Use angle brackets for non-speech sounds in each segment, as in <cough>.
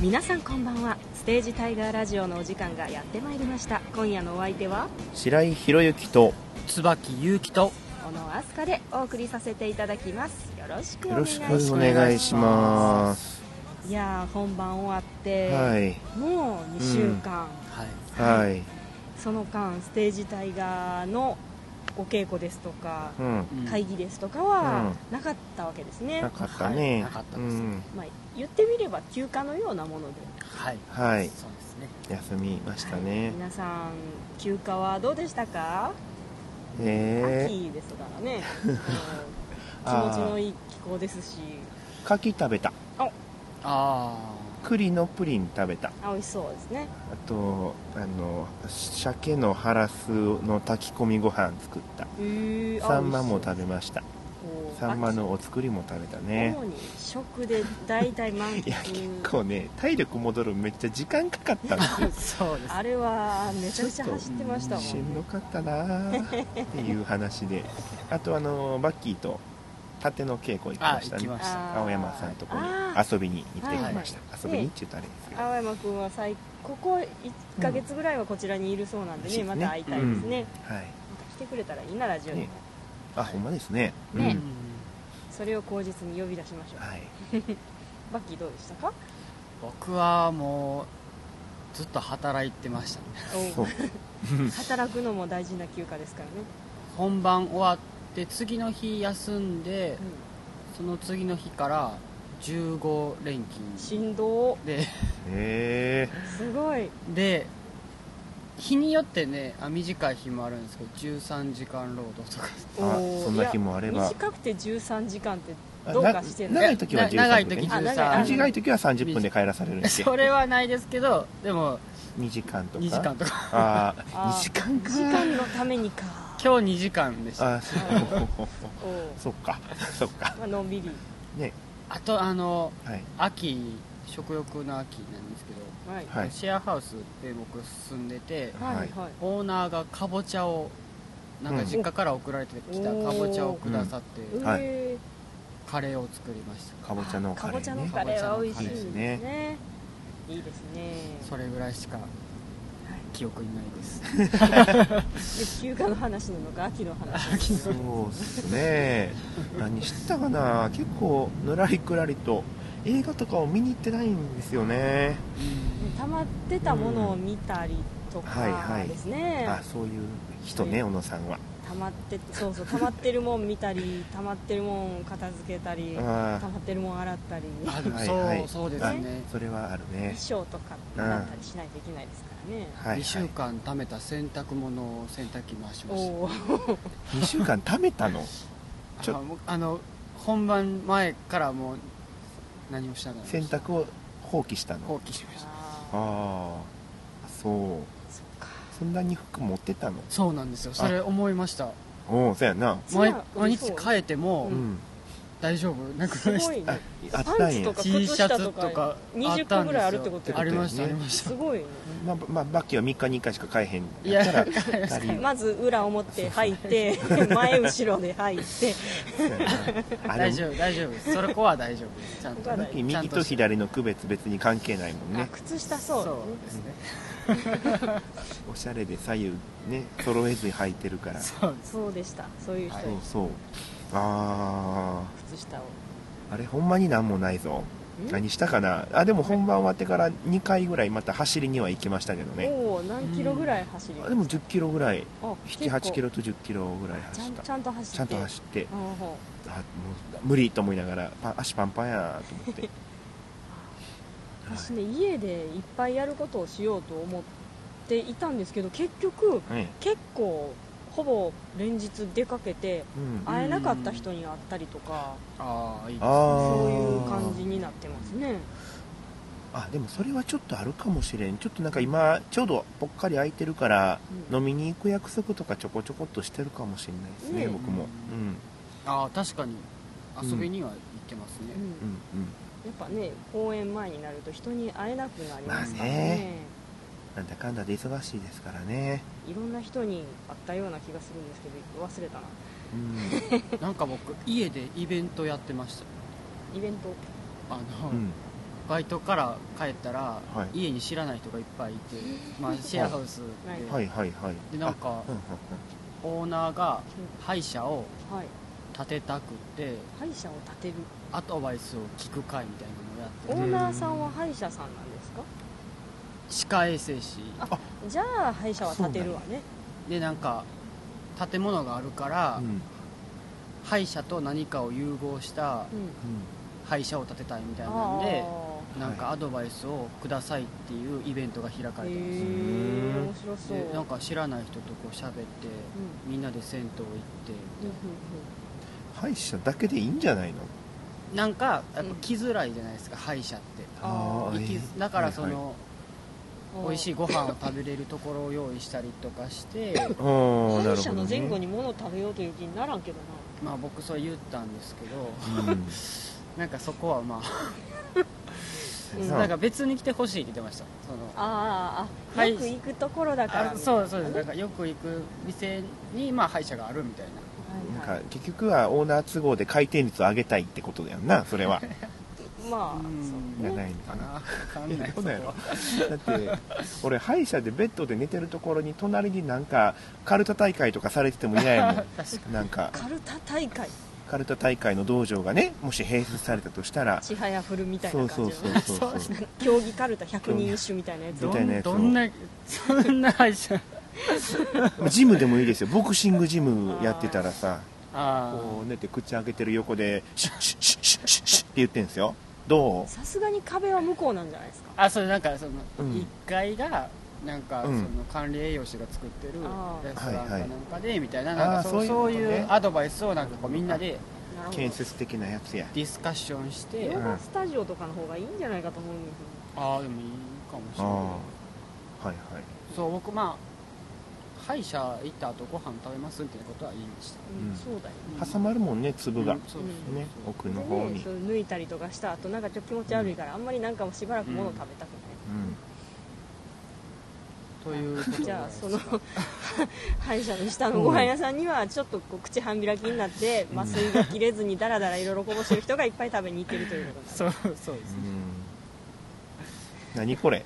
皆さんこんばんはステージタイガーラジオのお時間がやってまいりました今夜のお相手は白井博之と椿ゆうきと小野飛鳥でお送りさせていただきますよろしくおよ願ろいししくますおお願願いいししまますいやー本番終わって、はいもう2週間、はいはいその間ステージタイガーのお稽古ですとか、うんうん会議ですとかはなかったわけですね、なかったね、はいなかったですうんまあ、言ってみれば休暇のようなもので、はいはいそうですね休みましたね、皆さん休暇はどうでしたか、えー、秋ですからねこ <laughs> う気あ持ちのーいい気候ですし柿食べたあ栗のプリン食べたあ美味しそうですねあとあの鮭のハラスの炊き込みご飯作ったへえあサンマ美も食味しべましたそうこうサンマのお作りも食べた秋ね主に食で大体満いや喫結構ね体力戻るのめっちゃ時間かかったんですよあそうですあれはめちゃくちゃ走ってましたもんしねんどかったなーっていう話であとあのバッキーと縦の稽古行きあまし行たきねましたあー青山さんとこにあー遊びに行ってきました、遊びにって言うとあれですけど青山君は最ここ1ヶ月ぐらいはこちらにいるそうなんでね、うんまた会いたいですね、はまいた来てくれたらいいなラジオにも、ねあほんまですねねうんうんそれを口実に呼び出しましょう、はいバッキーどうでしたか僕はもうずっと働いてましたねそう働くのも大事な休暇ですからね、本番終わって次の日休んでその次の日から15連うん、勤振動でへえすごいで日によってねあ短い日もあるんですけど13時間労働とかあおーそんな日もあればいや短くて13時間ってあどうかしてるな長い時は13な長い時分ねあ13長い短い時は30分で帰らされるんですよそれはないですけどでも2時間とか2時間とかあああ2時間か時間のためにか <laughs> 今日2時間でしたあーそう <laughs> おーそっかそっかまあのんびり、ねあとあのはい秋食欲の秋なんですけど、はいはいシェアハウスで僕住んでてはいははいいオーナーがかぼちゃをなんか実家から送られてきたうんかぼちゃをくださって、うはいえカレーを作りましたかぼちゃのカかレぼー、ね、ちゃのカレーは美味しいですいいですねねいいですねそれぐらいしか記憶にないですで休暇の話なのか秋の話なのか <laughs> そうっすね何してたかな結構のらりくらりと映画とかを見に行ってないんですよね溜まってたものを見たりとはいはかいですね、あそういう人ね小野さんは溜まってそうそう溜まってるもん見たり溜まってるもん片付けたり溜あまってるもん洗ったりあでもはいそう、はいそうですあねーそれはある衣ね装とか洗ったりしないといけないですからね、はい、はい、 2週 <laughs> 間貯めた洗濯物を洗濯機に回しましおお2週間貯めたのたちょあもうあの本番前からもう何もしなかった洗濯を放棄した放の棄しましたあああそうそっかそんなに服持ってたのそうなんですよそれ思いましたおおそうやな毎そう毎日変えてもうん大丈夫なくすないごいねあパっンたんツやとか T 靴 <laughs> シ下ャツととかかあ20った個んぐでらいすよあるってことあありりままししたたあありりまますしたごいねまあまあバッキーは3日に1回しか買えへんいややったら買えない足りんまず裏表入って前後ろで入ってそ <laughs> うやなあ大れ丈夫大丈夫ですそれこは大丈夫ですちゃんそとこはさ大っき右と左の区別別に関係ないもんあね靴下そうそうですねおしゃれで左右ね揃えずに履いてるからそそうそうですでしたそういう人、はうそうあ靴下をーあれほんまになんもないぞん何したかなあでも本番終わってから2回ぐらいまた走りには行きましたけどねおお何キロぐらい走りまあすでも1 0キロぐらいあ結構78キロと1 0キロぐらいちゃ走っんたちゃんと走ってちゃんと走ってあほあもう無理と思いながらパ足パンパンやなと <laughs> 思ってはいう私ね家でいっぱいやることをしようと思っていたんですけど結局はい結構ほぼ連日出かけてうん会えなかった人に会ったりとかああいいですあーそういう感じになってますねあでもそれはちょっとあるかもしれんちょっとなんか今ちょうどぽっかり空いてるからうん飲みに行く約束とかちょこちょこっとしてるかもしれないですね、ね僕もううんああ確かに遊びには行ってますね、うんうんうんやっぱね公演前になると人に会えなくなりますからね,、まあねなんだかんだで忙しいですからねいろんな人に会ったような気がするんですけど忘れたなうんなんか僕家でイベントやってましたイベントあの、うんバイトから帰ったら、は家に知らない人がいっぱいいて、まあ、シェアハウスで,、はいはいはいでなんかあうんうんオーナーが歯医者をはい立てたくて歯医者を立てるアドバイスを聞く会みたオいなのをやってーナーさんは歯医者さんなんですか歯科衛生士じゃあ歯医者は立てるわねでなんか建物があるから、うん歯医者と何かを融合したうん歯医者を立てたいみたいなんあでーなんかアドバイスをくださいっていうイベントが開かあれへたんですよえ面白そうでなんか知らない人とこう喋ってうんみんなで銭湯行ってうんうん歯医者だけでいいんじゃないのなんかやっうんぱ来づらいじゃないですか歯医者ってあー行きだからそ、のうん美味しいご飯を食べれるところを用意したりとか <laughs> してあーはいはい歯あー医者のなるほどね前後に物を食べようという気にならんけどまあ僕そう言ったんですけどうんなんかそこはまあうんなんか別に来てほしいって言ってましたそのなあああはいよく行くところだからあそうそうはですなんかよく行く店にまあ歯医者があるみたいなないんいはか結局はオーナー都合で回転率を上げたいってことだよなそれはいまあうんじゃないのかかなな <laughs> 分かんないどうなんやろそこはだって俺歯医者でベッドで寝てるところに隣になんかカルタ大会とかされてても嫌やも確 <laughs> かんなんかカルタ大会カルタ大会の道場がねもし併設されたとしたらちはやふるみたいそなうそ感うじそうのね <laughs> そうそうそう競技カルタ100人一首みたいなやつみどたいなやんつをどんなそんな歯医者まあジムでもいいですよボクシングジムやってたらさああこう寝て口開けてる横でシュッシュッシュッシュッシュッシュッって言ってんですよどさすがに壁は向こうなんじゃないですかあそれなんかそのうん1階がなんかそうんの管理栄養士が作ってるあーレストランかはいなはんいかでみたいななんあーかそうそそうういうことねいうアドバイスをなんかこうみんなでなるほうど建設的なやつやディスカッションしてヨガスタジオとかの方がいいんじゃないかと思うんですよああでもいいかもしあれあなはいはいいそう僕まあ歯医者行った後ご飯食べますみたいなことは言いましたうんうんそうだよねうん挟まるもんね粒がうんそうそうね奥の方でねにそう抜いたりとかした後なんかちょっと気持ち悪いから、あんまりなんかもしばらく物食べたくうんということない、じでゃあその <laughs> 歯医者の下のご飯屋さんにはちょっとこう口半開きになって麻酔が切れずにダラダラいろいろこぼしてる人がいっぱい食べに行けるということにな <laughs> るそうそうですうんね <laughs> 何これ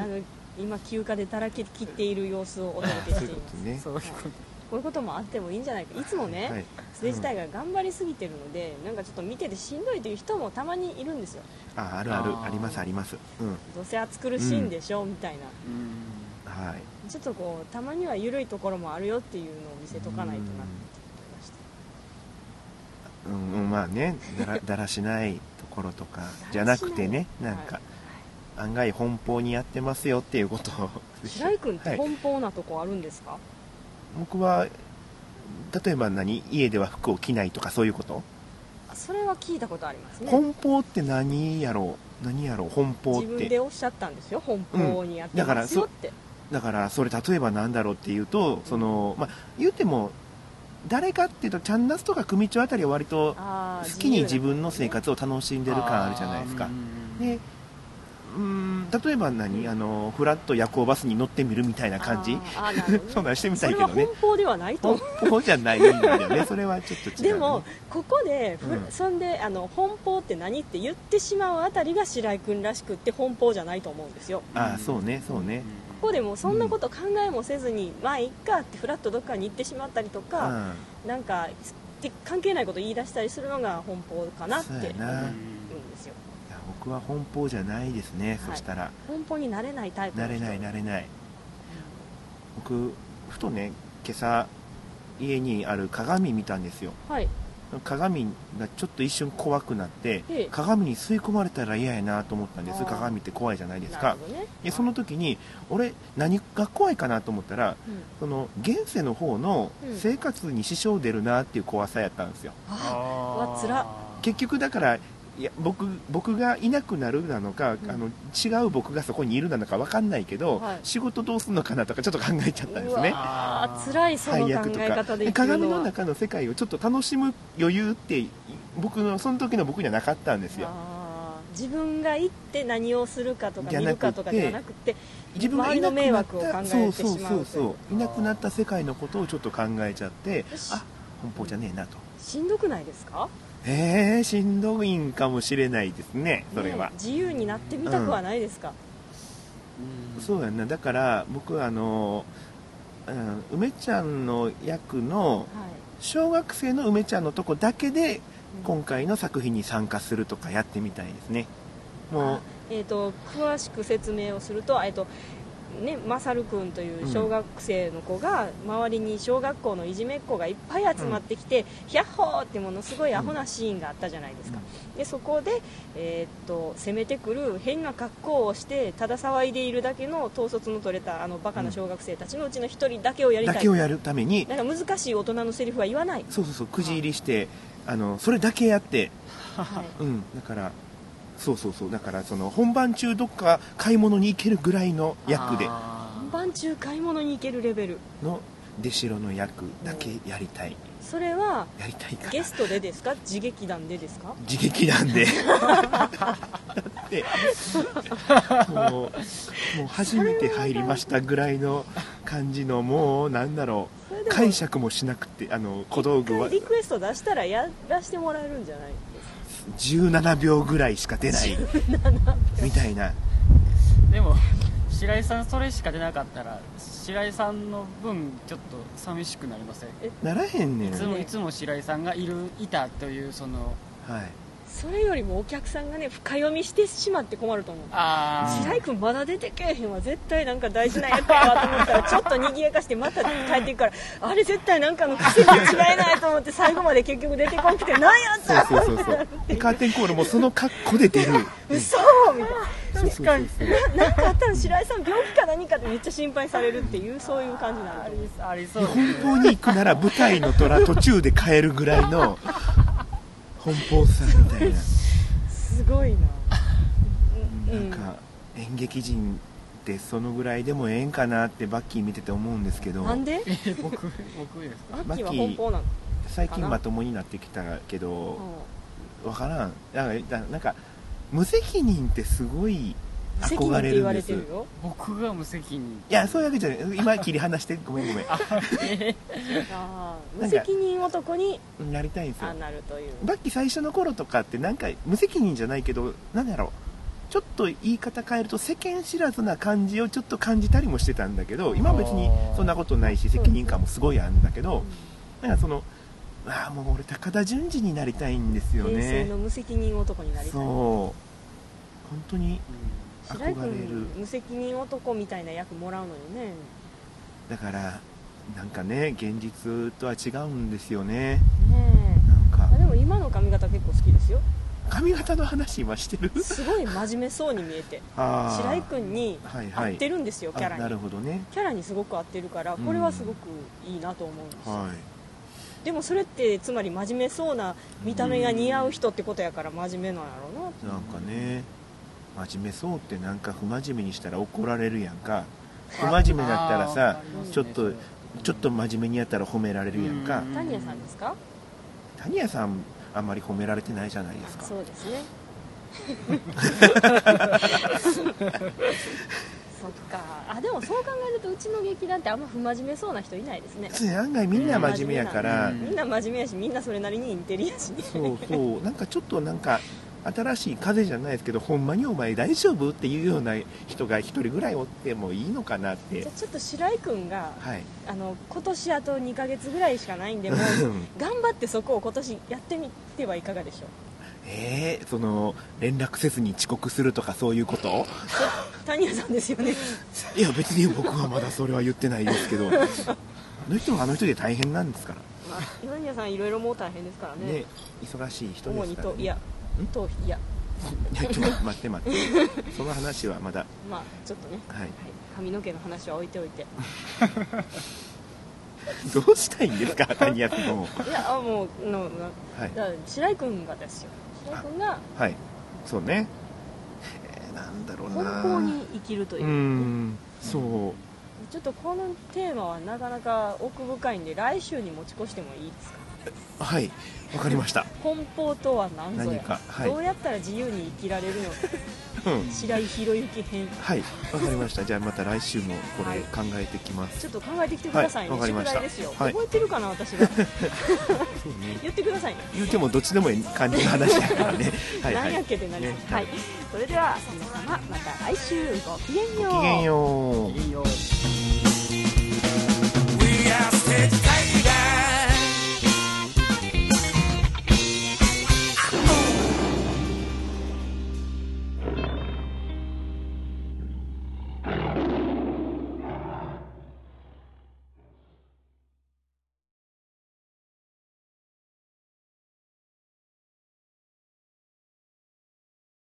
あの今休暇でだらけ切っている様子をお届けしていますねそういうことこういうこともあってもいいんじゃないかいつもね、はいステージ隊が頑張りすぎてるのでなんかちょっと見ててしんどいという人もたまにいるんですよああるあるあーありますありますうんどうせ暑苦しいんでしょ、みたいなうんはいちょっとこうたまには緩いところもあるよっていうのを見せとかないとなってましたうんうんまあねだら <laughs> だらしないところとかじゃなくてねだらしなんないかは案外奔放にやってますよっていうことを白井君っはてい奔放なとこあるんですか、僕は例えば何家では服を着ないとかそういうこと、あそれは聞いたことありますね奔放って何やろう何やろう奔放っ自分でておっしゃったんですよ奔放にやってうんだからますよって、だからそれ例えば何だろうっていうとそのまあ言うても誰かっていうとチャンナスとか組長あたりは割とあ好ーきに自由分の生活を楽しんでる感あるじゃないですあかーうんでうーん例えば何あのフラット夜行バスに乗ってみるみたいなな感じあーあーなるほそどんねなんしてみそたいれけはどね奔放ではないと思う奔放じゃないんだよねそれはちょっと違う、ね、でも、ここで、ふうんそんであの奔放って何って言ってしまうあたりが白井君らしくって奔放じゃないと思うんですよああそうねそうね、ここでもうそんなこと考えもせずに、まあいっかってフラッとどっかに行ってしまったりとうか、んなんかで関係ないこと言い出したりするのが奔放かなってそう思うやんなですよいや僕は奔放じゃないですね、はいそしたら奔放になれないタイプ慣のれ人ない慣れない僕ふとね今朝家にある鏡見たんですよはい鏡がちょっと一瞬怖くなってええ鏡に吸い込まれたら嫌やなと思ったんであすー鏡って怖いじゃないですなかるほどね、でその時に俺何が怖いかなと思ったらうんその現世の方のうん生活に支障出るなっていう怖さやったんですよあうわわつら結局だからいや僕僕がいなくなるなのか、うんあの違う僕がそこにいるなのか分かんないけど、はい仕事どうすんのかなとかちょっと考えちゃったんですうねわー辛いその考配え役とか方で生きる鏡のは中の世界をちょっと楽しむ余裕ってい僕のその時の僕にはなかったんですよあー自分が行って何をするかとかじゃ見なくてるかとかではなくて自分がいなく周りの迷なっ惑を考たえてそうそうしまうとそいううそういなくなった世界のことをちょっと考えちゃってよしあ奔放じゃねえなとしんどくないですかえー、しんどいんかもしれないですねそれはね、自由になってみたくはないですか、うんそうやんなだから僕あの、うん、梅ちゃんの役のはい小学生の梅ちゃんのとこだけでうん今回の作品に参加するとかやってみたいですねもうえー、と詳しく説明をすると,、えーとね、マサル君という小学生の子が周りに小学校のいじめっ子がいっぱい集まってきて「ヒャッホー!」ってものすごいアホなシーンがあったじゃないですか、でそこで、えー、と攻めてくる変な格好をしてただ騒いでいるだけの統率の取れたあのバカな小学生たちのうちの一人だけをやりたいだけをやるためになんか難しい大人のセリフは言わない、そうそうそうくじ入りしてあのそれだけやってはいうんだからそうそうそうだからその本番中どっか買い物に行けるぐらいの役であ本番中買い物に行けるレベルの出城の役だけやりたいそれはやりたいからゲストでですか自劇団でですか自劇なんでだってもうもう初めて入りましたぐらいの感じのもうなんだろそれうでも解釈もしなくてあの小道具はリクエスト出したらやらしてもらえるんじゃないです17秒ぐらいしか出ないみたいなーでも白井さんそれしか出なかったら白井さんの分ちょっと寂しくなりませんならへんねんいつもいつも白井さんがいるいたというそのはいそれよりもお客さんがね深読みしてしまって困ると思うあ白井君まだ出てけえへんわ絶対なんか大事なやつやわと思ったらちょっと賑やかしてまた帰っていくからあれ絶対なんかの癖に違いないと思って最後まで結局出てこなくて何やったそうそうそうそう <laughs> でカーテンコールもその格好で出る嘘みたいそうそうそうそうななんかあったら白井さん病気か何かでめっちゃ心配されるっていうそういう感じなんだあと思うありそう奔放に行くなら舞台の虎途中で変えるぐらいの奔放さみたいなすごいなうなんか演劇人ってそのぐらいでもええんかなってバッキー見てて思うんですけどなんでえー僕僕ですかマッキーは奔放なの最近かなまともになってきたけどうんわからんなんかだなんか無責任ってすごい責任っ憧てれ言るわんでれすてるよ僕が無責任いやそういうわけじゃない今切り離してごめんごめあー無なんか責任男にんなりたいんですよあなるというバッキー最初の頃とかってなんか無責任じゃないけどなんだろうちょっと言い方変えると世間知らずな感じをちょっと感じたりもしてたんだけど今は別にそんなことないしあー責任感もすごいあるんだけど、うだからそのああもう俺高田純次になりたいんですよん平成ねの無責任男になりそうたい本当に白井憧れる君無責任男みたいな役もらうのよねだからなんかね現実とは違うんですよねねなんえあかでも今の髪型結構好きですよ髪型の話今してるすごい真面目そうに見えて <laughs> あー白井君にはいは合いってるんですよキャあなラるにほどねキャラにすごく合ってるからこれはすごくいいなと思うんですよはいでもそれってつまり真面目そうな見た目が似合う人ってことやから真面目なんやろうななんかね真面目そうってなんか不真面目にしたら怒られるやんか不真面目だったらさちょっとちょっと真面目にやったら褒められるやんかうんタニヤさんですか谷谷さんあんまり褒められてないじゃないですかそうです <laughs> ねそっかあでもそう考えるとうちの劇団ってあんま不真面目そうな人いないですねそうね案外みんな真面目やから、うんみんな真面目やしみんなそれなりにインテリやしねそうそう <laughs> なんかちょっとなんか新しい風じゃないですけどほんまにお前大丈夫っていうような人が一人ぐらいおってもいいのかなっじてゃあちょっと白井君がはい <laughs> あの今年あと2ヶ月ぐらいしかないんでもう頑張ってそこを今年やってみてはいかがでしょう <laughs> えー、その連絡せずに遅刻するとかそういうことタニヤさんですよねいや別に僕はまだそれは言ってないですけどあの人はあの人で大変なんですからまあタニヤさんいろいろもう大変ですからねね忙しい人で主すにから、とね、いやといやいやちょっと待って待ってその話はまだまあちょっとねはいはい髪の毛の話は置いておい <laughs> てどうしたいんですか谷谷さんもいやあもうののはいだから白井君がですよ白井君がはいそうねえー、なんだろう本な当に生きるとういーう、んそうちょっとこのテーマはなかなか奥深いんで来週に持ち越してもいいですかはいわかりました <laughs> 奔放とは何ぞや何かはいどうやったら自由に生きられるのかうん白井博之編はいわかりましたじゃあまた来週もこはいれ考えてきます、ちょっと考えてきてくださいね、はいわかり宿ました題ですよ、はい覚えてるかな私 <laughs> がそうね言ってくださいね、言うてもどっちでもいい感じの話だからねはいなはんやっいけってなります、ねははいい、それでは皆様また来週ごきげんようごきげんよういいよ We are steady.